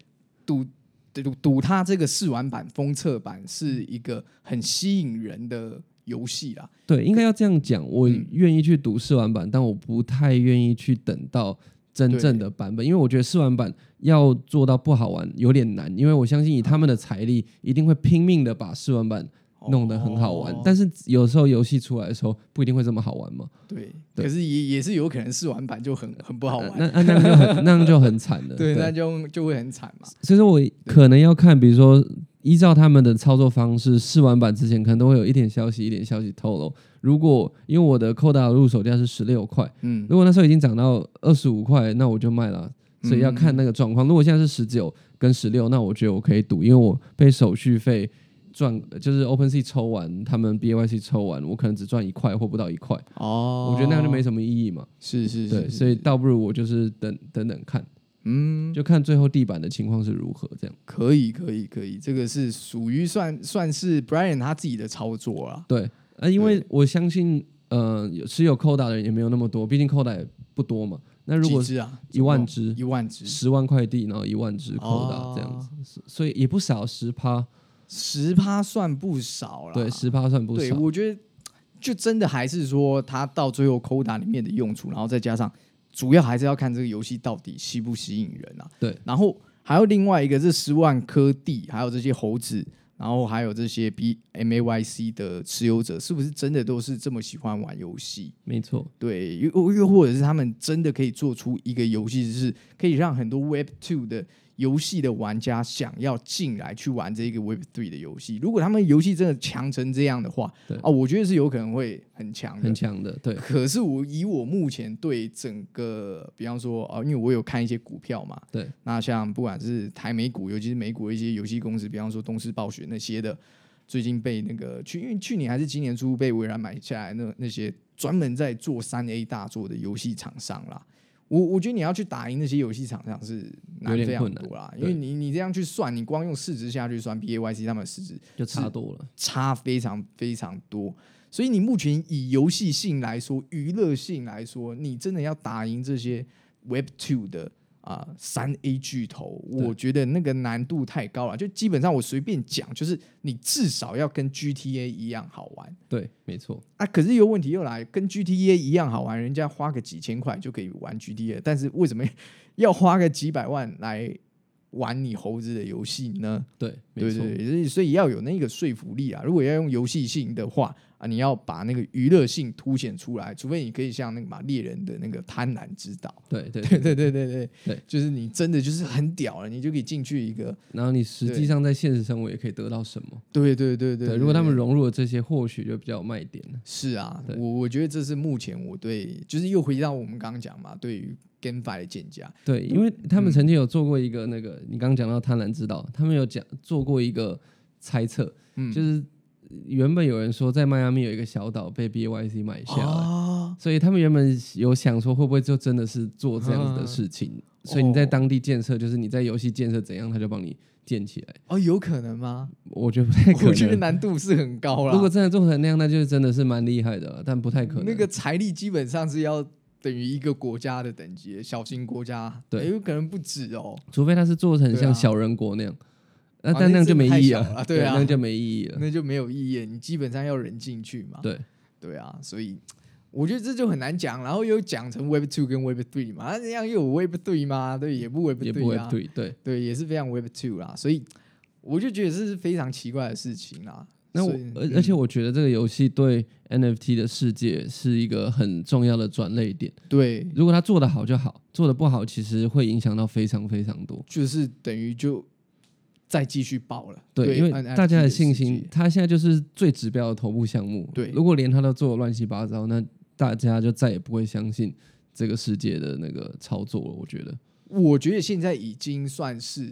Speaker 1: 赌赌赌它这个试玩版、封测版是一个很吸引人的游戏啦。
Speaker 2: 对，应该要这样讲。我
Speaker 1: 嗯
Speaker 2: 愿意去读试玩版，但我不太愿意去等到真正的版本，因为我觉得试玩版要做到不好玩有点难。因为我相信以他们的财力，一定会拼命的把试玩版弄得很好玩。
Speaker 1: 哦
Speaker 2: 但是有时候游戏出来的时候，不一定会这么好玩嘛。
Speaker 1: 对，
Speaker 2: 对
Speaker 1: 可是也也是有可能试玩版就很很不好玩，
Speaker 2: 那那呃那样就很那样就很惨 (laughs) 了。
Speaker 1: 对，那就就会很惨嘛。
Speaker 2: 所以说我可能要看，比如说依照他们的操作方式，试玩版之前可能都会有一点消息一点消息透露。如果因为我的扣打入手价是十六块，
Speaker 1: 嗯，
Speaker 2: 如果那时候已经涨到二十五块，那我就卖了啊。所以要看那个状况。如果现在是十九跟十六，那我觉得我可以赌，因为我被手续费赚，就是 OpenSea 抽完，他们 BAYC 抽完，我可能只赚一块或不到一块。
Speaker 1: 哦，
Speaker 2: 我觉得那样就没什么意义嘛。
Speaker 1: 是是
Speaker 2: 对，
Speaker 1: 是，
Speaker 2: 所以倒不如我就是等等等看，
Speaker 1: 嗯，
Speaker 2: 就看最后地板的情况是如何这样。
Speaker 1: 可以可以可以，这个是属于算算是 Brian 他自己的操作啦。
Speaker 2: 对，啊，因为我相信。呃，有持有 Coda 的人也没有那么多，毕竟 Coda 也不多嘛。那如果
Speaker 1: 几只啊，
Speaker 2: 一万只
Speaker 1: 一万只，
Speaker 2: 十万块地，然后一万只
Speaker 1: 哦
Speaker 2: Coda 这样子，所以也不少，十趴，
Speaker 1: 十趴算不少了。
Speaker 2: 对，十趴算不
Speaker 1: 对，
Speaker 2: 少。
Speaker 1: 我觉得就真的还是说，它到最后 Coda 里面的用处，然后再加上主要还是要看这个游戏到底吸不吸引人啊。
Speaker 2: 对，
Speaker 1: 然后还有另外一个，这十万颗地，还有这些猴子，然后还有这些 B M A Y C 的持有者，是不是真的都是这么喜欢玩游戏？
Speaker 2: 没错，
Speaker 1: 对，又又或者是他们真的可以做出一个游戏，就是可以让很多 Web Two 的游戏的玩家想要进来去玩这个 Web Three 的游戏。如果他们游戏真的强成这样的话
Speaker 2: 对，
Speaker 1: 啊，我觉得是有可能会很强的
Speaker 2: 很。强的，
Speaker 1: (laughs)
Speaker 2: 对，
Speaker 1: 可是我以我目前对整个，比方说啊、呃因为我有看一些股票嘛，
Speaker 2: 对，
Speaker 1: 那像不管是台美股，尤其是美股的一些游戏公司，比方说东视暴雪那些的，最近被那个去，因为去年还是今年初被微软买下来那那些专门在做三 A 大作的游戏厂商啦。我我觉得你要去打赢那些游戏厂商是难
Speaker 2: 有点
Speaker 1: 非常
Speaker 2: 困难
Speaker 1: 多啦，因
Speaker 2: 对
Speaker 1: 为你你这样去算，你光用市值下去算 B A Y C 他们的市值
Speaker 2: 就差多了。
Speaker 1: 差非常非常多。所以你目前以游戏性来说、娱乐性来说，你真的要打赢这些 Web Two 的啊三、A 巨头，
Speaker 2: 对
Speaker 1: 我觉得那个难度太高了。就基本上我随便讲，就是你至少要跟 GTA 一样好玩
Speaker 2: 对，没错，
Speaker 1: 啊。可是有问题又来，跟 GTA 一样好玩，人家花个几千块就可以玩 GTA，但是为什么要花个几百万来玩你猴子的游戏呢？
Speaker 2: 对，没
Speaker 1: 对
Speaker 2: 错，
Speaker 1: 对，所以所以要有那个说服力啊。如果要用游戏性的话啊，你要把那个娱乐性凸显出来，除非你可以像那个嘛猎人的那个贪婪之岛，
Speaker 2: 对对。
Speaker 1: (laughs) 对对对对对，
Speaker 2: 对
Speaker 1: 就是你真的就是很屌了，你就可以进去一个，
Speaker 2: 然后你实际上在现实生活也可以得到什么？
Speaker 1: 对对对对
Speaker 2: 对，如果他们融入了这些，或许就比较有卖点了。
Speaker 1: 是啊，
Speaker 2: 对
Speaker 1: 我我觉得这是目前我对，就是又回到我们刚刚讲嘛，对于 GameFi 的见解，
Speaker 2: 对，因为他
Speaker 1: 嗯
Speaker 2: 们曾经有做过一个那个，你刚刚讲到贪婪之道，他们有讲做过一个猜测，
Speaker 1: 嗯
Speaker 2: 就是原本有人说在迈阿密有一个小岛被 BYC 买下来，
Speaker 1: 啊，
Speaker 2: 所以他们原本有想说会不会就真的是做这样子的事情，所以你在
Speaker 1: 啊哦
Speaker 2: 当地建设，就是你在游戏建设怎样，他就帮你建起来。
Speaker 1: 哦，有可能吗？
Speaker 2: 我觉得不太可
Speaker 1: 我觉得
Speaker 2: 能。
Speaker 1: 难度是很高了。
Speaker 2: 如果真的做成那样，那就真的是蛮厉害的了，但不太可能。
Speaker 1: 那个财力基本上是要等于一个国家的等级，小型国家，
Speaker 2: 对
Speaker 1: 诶有可能不止哦。
Speaker 2: 除非他是做成
Speaker 1: 对啊
Speaker 2: 像小人国那样，那、
Speaker 1: 啊
Speaker 2: 但那样就没意义
Speaker 1: 那真的太小了对
Speaker 2: 对
Speaker 1: 啊
Speaker 2: 那样就没意义了。
Speaker 1: 那就没有意义了，你基本上要人进去嘛。
Speaker 2: 对
Speaker 1: 对啊，所以我觉得这就很难讲，然后又讲成 Web Two 跟 Web Three 嘛，啊那这样又有 Web Three 吗？对，也不 Web
Speaker 2: 也不会
Speaker 1: Three 啊，
Speaker 2: 对对。
Speaker 1: 对，也是非常 Web Two 啦，所以我就觉得这是非常奇怪的事情啦。
Speaker 2: 那我
Speaker 1: 所以嗯
Speaker 2: 而而且我觉得这个游戏对 NFT 的世界是一个很重要的转类点。
Speaker 1: 对，
Speaker 2: 如果他做得好就好，做得不好其实会影响到非常非常多。
Speaker 1: 就是等于就再继续爆了，
Speaker 2: 对，因为
Speaker 1: NFT
Speaker 2: 大家的信
Speaker 1: 世
Speaker 2: 心
Speaker 1: 界，
Speaker 2: 他现在就是最指标的头部项目。
Speaker 1: 对
Speaker 2: 如果连他都做得乱七八糟，那大家就再也不会相信这个世界的那个操作了。我觉得，
Speaker 1: 我觉得现在已经算是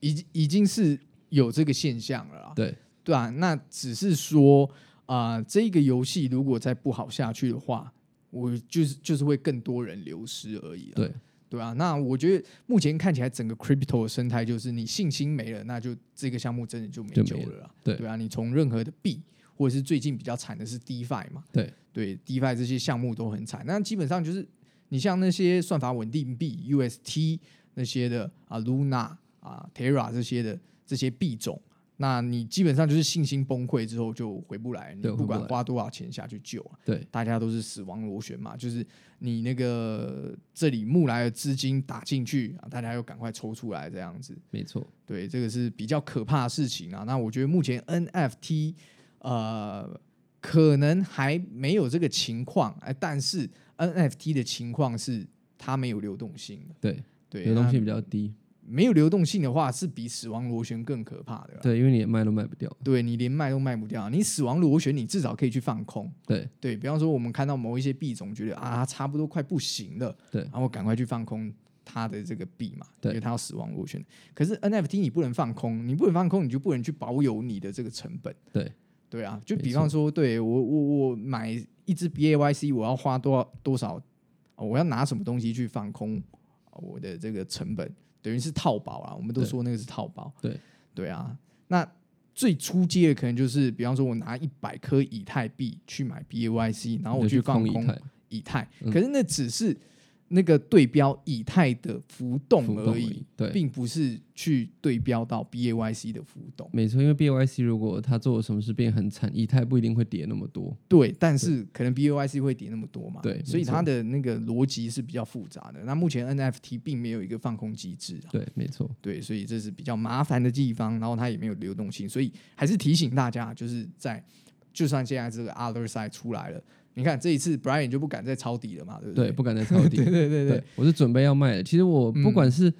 Speaker 1: 已已经是有这个现象了啦，
Speaker 2: 对
Speaker 1: 对啊，那只是说啊、这个游戏如果再不好下去的话，我就是就是会更多人流失而已啦
Speaker 2: 对
Speaker 1: 对啊，那我觉得目前看起来整个 crypto 的生态就是你信心没了，那就这个项目真的就没
Speaker 2: 就没
Speaker 1: 救
Speaker 2: 了
Speaker 1: 了啦。
Speaker 2: 对
Speaker 1: 对啊，你从任何的币或者是最近比较惨的是 DeFi 嘛，
Speaker 2: 对
Speaker 1: 对 DeFi 这些项目都很惨。那基本上就是你像那些算法稳定币 UST 那些的啊，Luna 啊，Terra 这些的这些币种，那你基本上就是信心崩溃之后就回不来，你
Speaker 2: 对回
Speaker 1: 不
Speaker 2: 不
Speaker 1: 管
Speaker 2: 来
Speaker 1: 花多少钱下去救啊，
Speaker 2: 对
Speaker 1: 大家都是死亡螺旋嘛，就是你那个这里募来的资金打进去啊，大家又赶快抽出来这样子。
Speaker 2: 没错，
Speaker 1: 对，这个是比较可怕的事情啊。那我觉得目前 NFT 呃可能还没有这个情况，哎，但是 NFT 的情况是它没有流动性的，
Speaker 2: 对，
Speaker 1: 对，啊
Speaker 2: 流动
Speaker 1: 那
Speaker 2: 性比较低。
Speaker 1: 没有流动性的话，是比死亡螺旋更可怕的啦。
Speaker 2: 对，因为你也卖都卖不掉。
Speaker 1: 对你连卖都卖不掉，你死亡螺旋，你至少可以去放空。
Speaker 2: 对
Speaker 1: 对比方说，我们看到某一些币种，觉得啊，它差不多快不行了，
Speaker 2: 对
Speaker 1: 然后赶快去放空它的这个币嘛，
Speaker 2: 对
Speaker 1: 因为它要死亡螺旋。可是 NFT 你不能放空，你不能放空，你就不能去保有你的这个成本。
Speaker 2: 对
Speaker 1: 对啊，就
Speaker 2: 没
Speaker 1: 比方说，对我我我买一只 BAYC，我要花多少多少，哦我要拿什么东西去放空哦我的这个成本，等于是套保啊。我们都
Speaker 2: 对
Speaker 1: 说那个是套保。
Speaker 2: 对
Speaker 1: 对啊，那最初阶的可能就是，比方说我拿一百颗以太币去买 BAYC，然后我
Speaker 2: 你就去
Speaker 1: 放
Speaker 2: 空以
Speaker 1: 空
Speaker 2: 太，
Speaker 1: 以太，
Speaker 2: 嗯
Speaker 1: 可是那只是那个对标以太的浮动
Speaker 2: 浮动
Speaker 1: 而
Speaker 2: 而
Speaker 1: 已
Speaker 2: 已，对
Speaker 1: 并不是去对标到 BAYC 的浮动。
Speaker 2: 没错，因为 BYC 如果它做了什么事变很惨，以太不一定会跌那么多。
Speaker 1: 对，但是可能 BAYC 会跌那么多嘛，
Speaker 2: 对
Speaker 1: 所以
Speaker 2: 没错
Speaker 1: 它的那个逻辑是比较复杂的。那目前 NFT 并没有一个放空机制啊，
Speaker 2: 对，没错，
Speaker 1: 对，所以这是比较麻烦的地方，然后它也没有流动性，所以还是提醒大家，就是在就算现在这个 other side 出来了，你看这一次 Brian 就不敢再抄底了嘛，对不
Speaker 2: 对，
Speaker 1: 对？
Speaker 2: 不敢再抄
Speaker 1: (laughs)
Speaker 2: 底。
Speaker 1: 对对对
Speaker 2: 对，我是准备要卖的。其实我不
Speaker 1: 嗯
Speaker 2: 管是、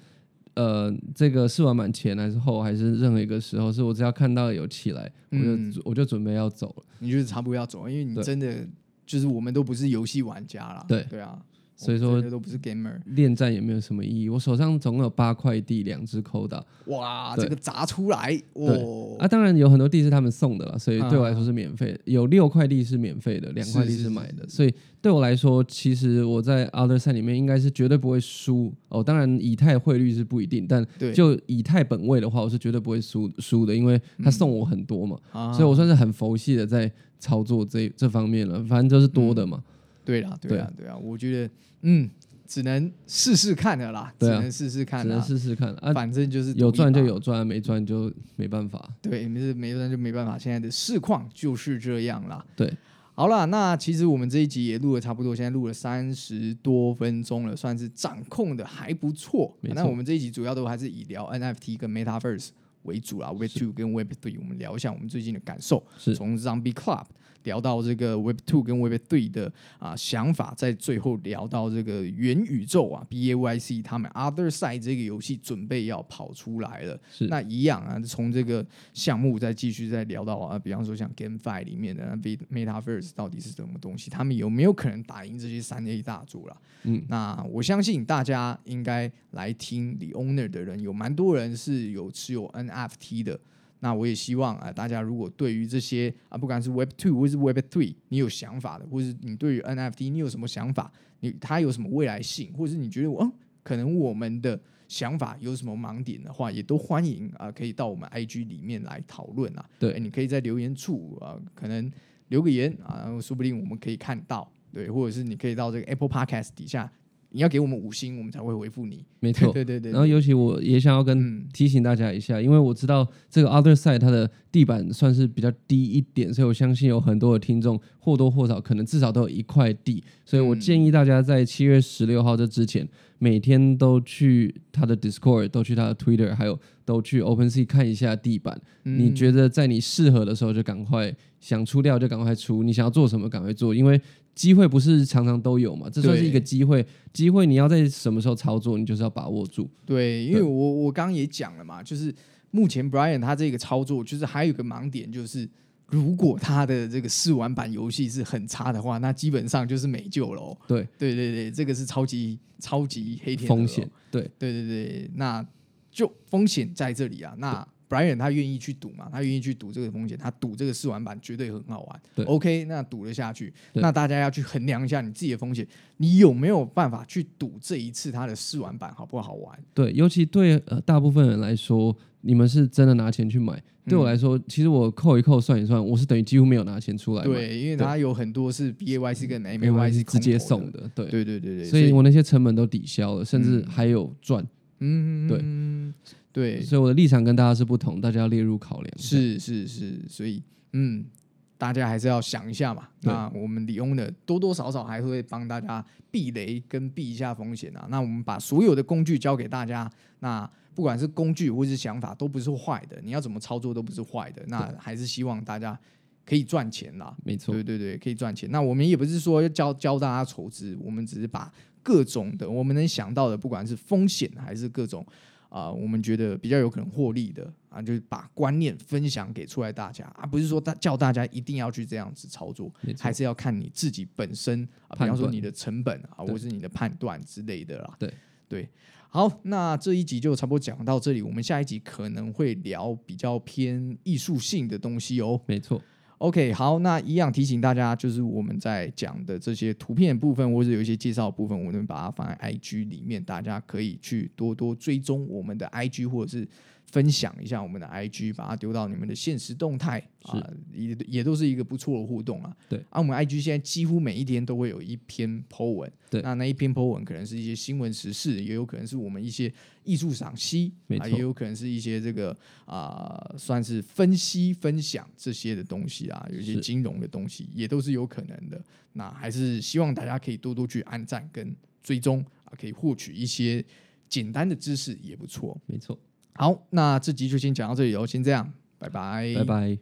Speaker 2: 呃这个试玩满前还是后，还是任何一个时候，是我只要看到有起来，我就、
Speaker 1: 嗯
Speaker 2: 我就准备要走了。
Speaker 1: 你就是差不多要走，因为你
Speaker 2: 对
Speaker 1: 真的就是我们都不是游戏玩家啦，
Speaker 2: 对
Speaker 1: 对啊，
Speaker 2: 所以
Speaker 1: 我们
Speaker 2: 说
Speaker 1: 真的都不是 gamer，
Speaker 2: 恋战也没有什么意义。我手上总共有八块地，两只扣打
Speaker 1: 哇，
Speaker 2: 对
Speaker 1: 这个砸出来，哦，
Speaker 2: 啊。当然有很多地是他们送的啦，所以对我来
Speaker 1: 啊
Speaker 2: 说是免费的。有六块地是免费的，两块地
Speaker 1: 是是
Speaker 2: 是买的。所以对我来说，其实我在 Other Side 里面应该是绝对不会输哦。当然，以太汇率是不一定，但
Speaker 1: 对，
Speaker 2: 就以太本位的话，我是绝对不会输输的，因为他送我很多嘛。
Speaker 1: 啊
Speaker 2: 所以我算是很佛系的在操作这这方面了，反正就是多的
Speaker 1: 嗯
Speaker 2: 嘛。
Speaker 1: 对啦，对
Speaker 2: 对
Speaker 1: 啦，对啊，我觉得嗯，只能试试看的啦，只
Speaker 2: 对啊
Speaker 1: 能试试看
Speaker 2: 只能
Speaker 1: 啦，
Speaker 2: 试试看啊，
Speaker 1: 反正就是
Speaker 2: 有
Speaker 1: 赌一
Speaker 2: 赚就
Speaker 1: 把
Speaker 2: 有赚，没赚就没办法。
Speaker 1: 对，没事没办法就没办法，现在的市况就是这样啦。
Speaker 2: 对，
Speaker 1: 好啦，那其实我们这一集也录了差不多，现在录了三十多分钟了，算是掌控的还不错。
Speaker 2: 没错
Speaker 1: 那我们这一集主要都还是以聊 NFT 跟 Metaverse 为主啦，Web Two 跟 Web Three，我们聊一下我们最近的感受，
Speaker 2: 是
Speaker 1: 从 Zombie Club 聊到这个 Web Two 跟 Web Three 的啊想法，在最后聊到这个元宇宙啊，BAYC 他们 Other Side 这个游戏准备要跑出来了。
Speaker 2: 是
Speaker 1: 那一样啊，从这个项目再继续再聊到啊，比方说像 GameFi 里面的啊 Ve- Metaverse 到底是什么东西，他们有没有可能打赢这些三 A 大作啦？
Speaker 2: 嗯，
Speaker 1: 那我相信大家应该来听 The Owner 的人，有蛮多人是有持有 NFT 的。那我也希望啊、大家如果对于这些啊，不管是 Web Two 或是 Web Three，你有想法的，或是你对于 NFT 你有什么想法，你它有什么未来性，或者是你觉得嗯，可能我们的想法有什么盲点的话，也都欢迎啊、可以到我们 IG 里面来讨论啊。
Speaker 2: 对
Speaker 1: 哎你可以在留言处啊、可能留个言啊、说不定我们可以看到，对，或者是你可以到这个 Apple Podcast 底下，你要给我们五星，我们才会回复你。
Speaker 2: 没
Speaker 1: 对
Speaker 2: 错。
Speaker 1: (laughs) 对对对，
Speaker 2: 然后尤其我也想要跟
Speaker 1: 嗯
Speaker 2: 提醒大家一下，因为我知道这个 Other Side 它的地板算是比较低一点，所以我相信有很多的听众或多或少可能至少都有一块地，所以我
Speaker 1: 嗯
Speaker 2: 建议大家在七月十六号这之前，每天都去他的 Discord，都去他的 Twitter，还有都去 OpenSea 看一下地板。你觉得在你适合的时候就赶快想出掉就赶快出，你想要做什么赶快做，因为机会不是常常都有嘛，这算是
Speaker 1: 对
Speaker 2: 一个机会。机会你要在什么时候操作，你就是要把握住。
Speaker 1: 对，因为
Speaker 2: 对
Speaker 1: 我我刚刚也讲了嘛，就是目前 Brian 他这个操作，就是还有一个盲点，就是如果他的这个试玩版游戏是很差的话，那基本上就是没救了、哦。
Speaker 2: 对
Speaker 1: 对对对，这个是超级超级黑天鹅哦
Speaker 2: 风险，对
Speaker 1: 对对对，那就风险在这里啊。那 Brian 他愿意去赌嘛？他愿意去赌这个风险，他赌这个试玩版绝对很好玩。
Speaker 2: 对
Speaker 1: OK，那赌得下去，
Speaker 2: 对
Speaker 1: 那大家要去衡量一下你自己的风险，你有没有办法去赌这一次它的试玩版好不好玩？
Speaker 2: 对，尤其对呃大部分人来说，你们是真的拿钱去买。对我来说，其实我扣一扣算一算，我是等于几乎没有拿钱出来买，
Speaker 1: 对，因为它有很多是 BAYC 跟
Speaker 2: 没关
Speaker 1: MAYC
Speaker 2: 系，直接
Speaker 1: 空投
Speaker 2: 送
Speaker 1: 的。
Speaker 2: 的。对，
Speaker 1: 对对对对，
Speaker 2: 所以我那些成本都抵消了，甚至还有赚。
Speaker 1: 嗯，
Speaker 2: 对
Speaker 1: 嗯对，
Speaker 2: 所以我的立场跟大家是不同，大家要列入考量。
Speaker 1: 是是是，所以嗯，大家还是要想一下嘛。
Speaker 2: 对
Speaker 1: 那我们李翁的多多少少还会帮大家避雷跟避一下风险啊。那我们把所有的工具交给大家，那不管是工具或是想法都不是坏的，你要怎么操作都不是坏的。那还是希望大家可以赚钱啦。
Speaker 2: 没错
Speaker 1: 对，对对，可以赚钱。那我们也不是说要教教大家筹资，我们只是把各种的我们能想到的，不管是风险还是各种啊、我们觉得比较有可能获利的啊，就是把观念分享给出来大家啊，不是说大叫大家一定要去这样子操作，
Speaker 2: 没错
Speaker 1: 还是要看你自己本身啊，比
Speaker 2: 判
Speaker 1: 方说
Speaker 2: 断
Speaker 1: 你的成本啊，
Speaker 2: 对
Speaker 1: 或是你的判断之类的啦。
Speaker 2: 对
Speaker 1: 对。好，那这一集就差不多讲到这里，我们下一集可能会聊比较偏艺术性的东西哦。
Speaker 2: 没错。
Speaker 1: OK，好，那一样提醒大家，就是我们在讲的这些图片部分，或者有一些介绍的部分，我们把它放在 IG 里面，大家可以去多多追踪我们的 IG，或者是分享一下我们的 IG，把它丢到你们的现实动态啊，也也都是一个不错的互动啊。
Speaker 2: 对
Speaker 1: 啊，我们 IG 现在几乎每一天都会有一篇 po 文，
Speaker 2: 对
Speaker 1: 那那一篇 po 文可能是一些新闻时事，也有可能是我们一些艺术赏析，
Speaker 2: 没
Speaker 1: 啊，
Speaker 2: 错
Speaker 1: 也有可能是一些这个啊、算是分析分享这些的东西啊，有一些
Speaker 2: 是
Speaker 1: 金融的东西也都是有可能的。那还是希望大家可以多多去按赞跟追踪啊，可以获取一些简单的知识也不错。
Speaker 2: 没错，
Speaker 1: 好，那这集就先讲到这里哦，先这样，拜拜，
Speaker 2: 拜拜。